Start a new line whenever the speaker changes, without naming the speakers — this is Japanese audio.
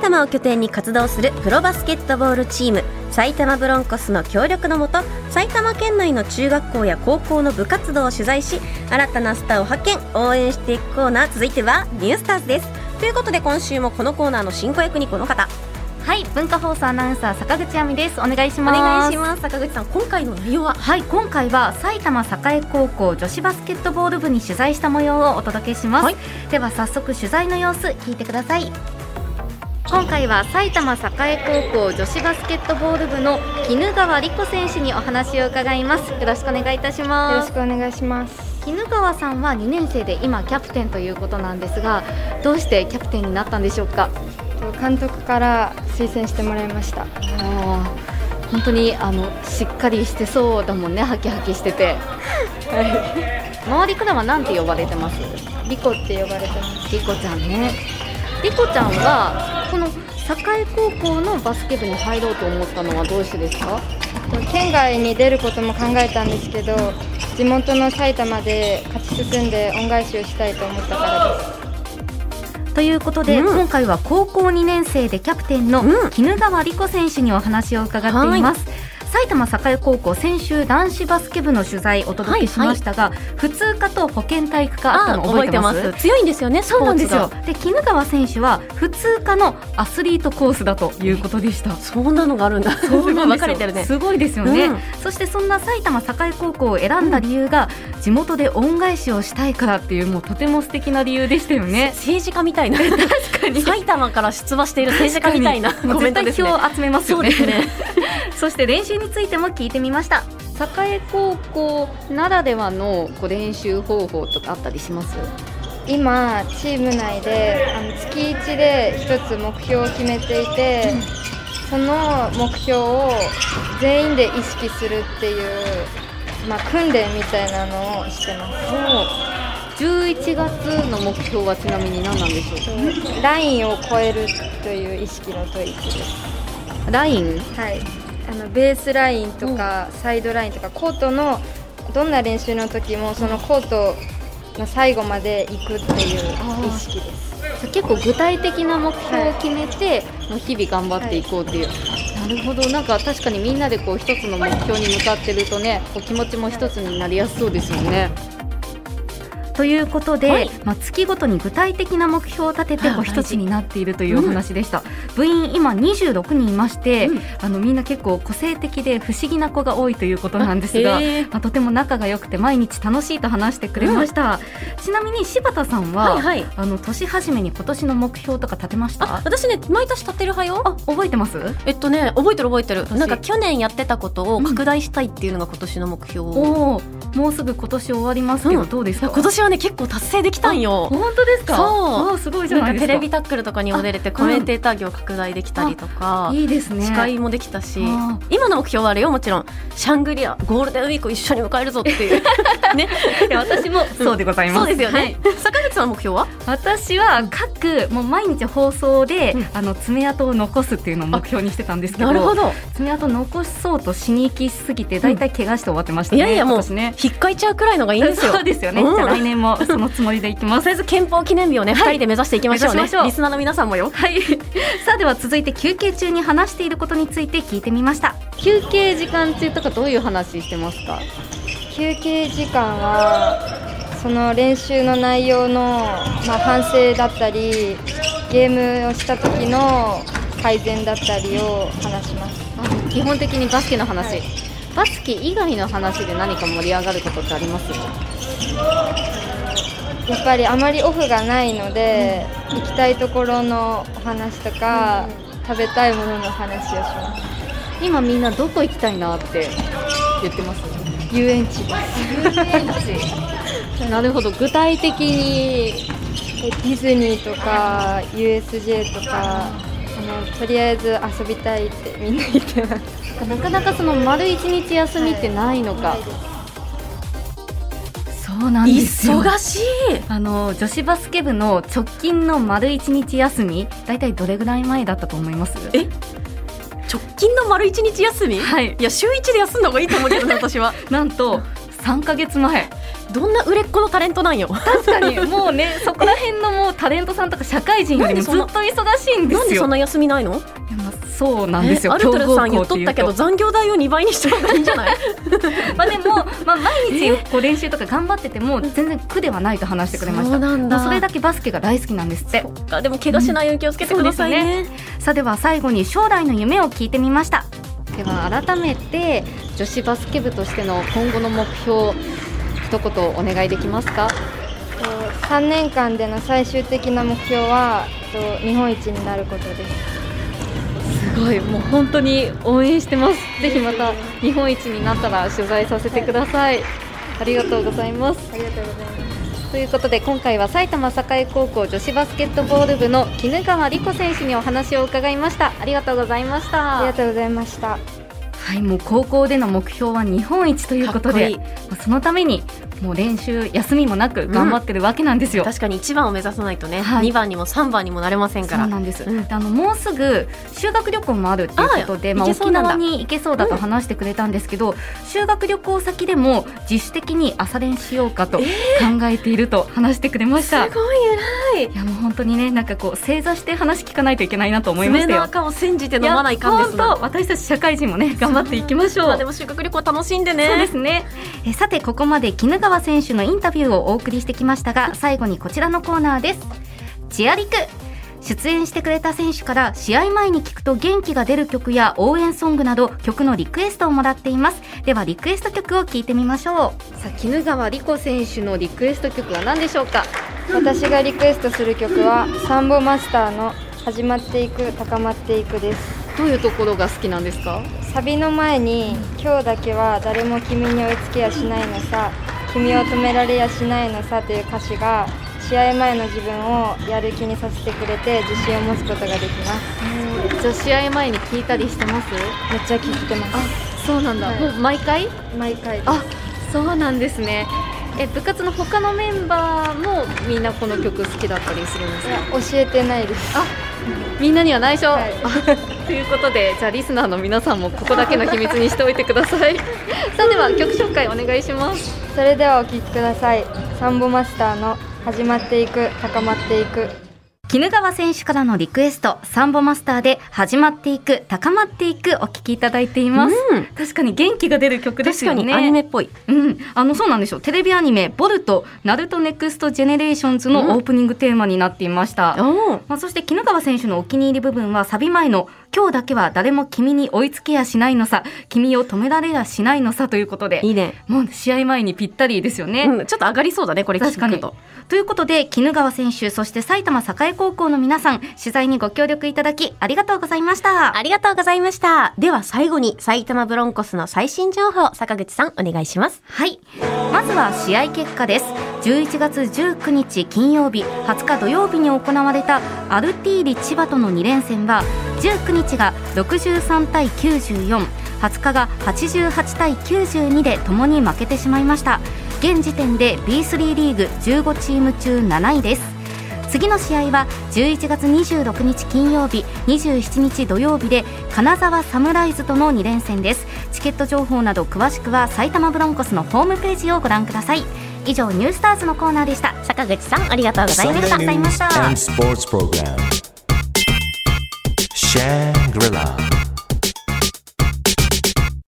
島を拠点に活動するプロバスケットボールチーム埼玉ブロンコスの協力のもと埼玉県内の中学校や高校の部活動を取材し新たなスターを発見応援していくコーナー続いては「ニュースターズ」ですということで今週もこのコーナーの進行役にこの方
はい、文化放送アナウンサー坂口亜美です。お願いし
お
ます。
願いします坂口さん今回の内容は
はい、今回は埼玉栄高校女子バスケットボール部に取材した模様をお届けします。
はい
では早速取材の様子聞いてください。今回は埼玉栄高校女子バスケットボール部の絹川理子選手にお話を伺います。よろしくお願いいたし
よろ
ま
し
す
く。お願いします。
絹川さんは2年生で今キャプテンということなんですが、どうしてキャプテンになったんでしょうか。
と監督から推薦してもらいました。
あー本当にあのしっかりしてそうだもんねハキハキしてて、周りからは何て呼ばれてます
リコって呼ばれてます。
リコちゃんねリコちゃんはこの栄高校のバスケ部に入ろうと思ったのはどうしてですか
と県外に出ることも考えたんですけど、地元の埼玉で勝ち進んで恩返しをしたいと思ったからです。
ということで、
うん
今回は高校2年生でキャプテンの
うん
絹川理子選手にお話を伺っています。埼玉栄高校先週男子バスケ部の取材お届けしましたが、普通科と保健体育科あったの覚えてます
強いんですよね
そうなんですよ。で、絹川選手は普通科のアスリートコースだということでした。
そんなのがあるんだすごい分かれてるね
すごいですよね、
うん
そしてそんな埼玉栄高校を選んだ理由が、地元で恩返しをしたいからっていうもうとても素敵な理由でしたよね
政治家みたいな 確かに埼玉から出馬している政治家みたい な
も
コ
う
メン
絶
ト
対
です
票
ね
を集めます
そ
よ
うで
ね
すね
そして練習についても聞いてみました栄高校ならではのこう練習方法とかあったりします
今チーム内であの月1で1つ目標を決めていて、その目標を全員で意識するっていう。まあ、訓練みたいなのをしてます
11月の目標はちなみに何なんでしょうか
とラインを超えるという意識のトイです
ライン
はい、あのベースラインとかサイドラインとかコートのどんな練習の時もそのコートの最後まで行くっていう意識です。
結構具体的な目標を決めて、もう日々頑張っていこうっていう、なるほどなんか確かにみんなでこう一つの目標に向かってるとねこう気持ちも一つになりやすそうですよね。ということで、
はい
まあ、月ごとに具体的な目標を立ててこう
はい
一つになっているというお話でした、部員今26人いまして、
うん
あのみんな結構個性的で不思議な子が多いということなんですが、
へー
まあ、とても仲が良くて毎日楽しいと話してくれました、ちなみに柴田さんは、
はいはい
あの年始めに今年の目標とか立てました
あ私ね毎年立ってる派よ
覚えてます
えっとね覚えてる覚えてる
私
なんか去年やってたことを拡大したいっていうのが今年の目標、
おおもうすぐ今年終わりますけど、
うん
どうですか
今年はね結構達成できたんよ
本当ですか
そう
わあすごいじゃな
ないん
で
か
す
テ
か
レビタックルとかにも出れてコメンテーター業拡大できたりとか、
いいですね
司会もできたし
あ
今の目標はあれよもちろんシャングリアゴールデンウィークを一緒に迎えるぞって いうね
いや私もそうでございます、
そうですよね、
はい
坂口さんの目標は
私は各もう毎日放送で、
うん
あの爪痕を残すっていうのを目標にしてたんですけど
なるほど
爪痕残しそうとしに行きすぎてだいたい怪我して終わってました
い
ね、
やいやもう
今年ね
引っかいちゃうくらいのがいいんですよ
そうですよね、
うん
じゃあ来年もそのつもりでいきま
と り
す
あえず憲法記念日をね、二人で目指していきましょうね
目指しましょう
リスナーの皆さんもよ
はい、さあでは続いて休憩中に話していることについて聞いてみました休憩時間中とかどういう話してますか
休憩時間はその練習の内容の、まあ、反省だったりゲームをした時の改善だったりを話します。
基本的にバスケの話、
はい
バスケ以外の話で何か盛り上がることってあります
やっぱりあまりオフがないので、行きたいところのお話とか、食べたいものの話をします。
今みんなどこ行きたいなって言ってます
遊園地です
なるほど具体的に
えディズニーとか USJ とかあのとりあえず遊びたいってみんな言ってます
なかなかその丸一日休みってないのか、そうな
忙しい
あの女子バスケ部の直近の丸一日休み大体どれぐらい前だったと思います
え直近の丸一日休み、
はい
いや週一で休んだ方がいいと思うけどね私は
なんと3か 月前
どんな売れっ子のタレントなんよ
確かにもうねそこら辺のもうタレントさんとか社会人よりもずっと忙しいんで
なん
す
でそん
よ
な休みないの
いやまあそうなんですよ
えアルトルさん
強
言
豪
っと
校
って
いう
たけど残業代を2倍にした方がいいんじゃ ない
まあでも、まあ、毎日こう練習とか頑張ってても全然苦ではないと話してくれまし
そ
た
うなんだ
もうそれだけバスケが大好きなんですって
あでも怪我しないように気をつけてくださいね,、
さあでは最後に将来の夢を聞いてみましたでは改めて女子バスケ部としての今後の目標一言お願いできますか
3年間での最終的な目標はえっと日本一になることです
すごいもう本当に応援してます ぜひまた日本一になったら取材させてくださいありがとうございます
ありがとうございます
ということで今回は埼玉栄高校女子バスケットボール部の絹川莉子選手にお話を伺いましたありがとうございました
ありがとうございました
はいもう高校での目標は日本一ということで
かっこ
まあそのためにもう練習休みもなく頑張ってるわけなんですよ、
確かに1番を目指さないとね、
はい
2番にも3番にもなれません
そ
か
う
ら
なんです、
うん
であのもうすぐ修学旅行もあるということで
あ
まあ、
行けそ
沖
うなんだ
縄に行けそうだと話してくれたんですけど、修学旅行先でも自主的に朝練しようかと考えていると話してくれまし
ごい
た、
偉い
いやもう本当にねなんかこう正座して話聞かないといけないなと思いまし
爪
た
の
よ
赤を煎じて飲まないかんです
いや
な
本当私たち社会人もね頑張っていきましょう
まあでも修学旅行楽しんで ね
そうですね。えさてここまで絹川選手のインタビューをお送りしてきましたが、最後にこちらのコーナーです。チアリク。出演してくれた選手から試合前に聞くと元気が出る曲や応援ソングなど曲のリクエストをもらっていますではリクエスト曲を聞いてみましょうさあ絹川莉子選手のリクエスト曲は何でしょうか
私がリクエストする曲はサンボマスターの始まっていく高まっていくです
どういうところが好きなんですか
サビの前に今日だけは誰も君に追いつきやしないのさ君を止められやしないのさという歌詞が試合前の自分をやる気にさせてくれて自信を持つことができます
じゃあ試合前に聞いたりしてます
めっちゃ聴いてます
そうなんだ、
はい
もう毎回
毎回です
あそうなんですねえ部活の他のメンバーもみんなこの曲好きだったりするんですか
いや教えてないです
みんなには内緒、
はい
あということでじゃあリスナーの皆さんもここだけの秘密にしておいてください さあでは曲紹介お願いします
それではお聴きくださいサンボマスターの始まっていく高まっていく
絹川選手からのリクエストサンボマスターで始まっていく高まっていくお聞きいただいています、
うん
確かに元気が出る曲です
確
よ
か
ね
にアニメっぽい
うん、あのそうなんですよテレビアニメ「ボルトナルトネクストジェネレーションズのオープニングテーマになっていました、
おー
まあ、そして絹川選手のお気に入り部分はサビ前の「今日だけは誰も君に追いつけやしないのさ君を止められやしないのさ」ということで
いいね
もう試合前にぴったりですよね。
うん、ちょっと上がりそうだねこれ
確か
聞
に
くと
ということで絹川選手そして埼玉栄高校の皆さん取材にご協力いただきありがとうございました。
ありがとうございましたでは最後に埼玉ブロンコスの最新情報坂口さんお願いします
はい。まずは試合結果です。11月19日金曜日、20日土曜日に行われたアルティーリ千葉との2連戦は、19日が63対94、20日が88対92で共に負けてしまいました。現時点で B3 リーグ15チーム中7位です。次の試合は11月26日金曜日27日土曜日で金沢サムライズとの2連戦ですチケット情報など詳しくは埼玉ブロンコスのホームページをご覧ください以上ニュースターズのコーナーでした
坂口さんありがとうございました
Sunday
Sunday news and sports program. Shangri-La.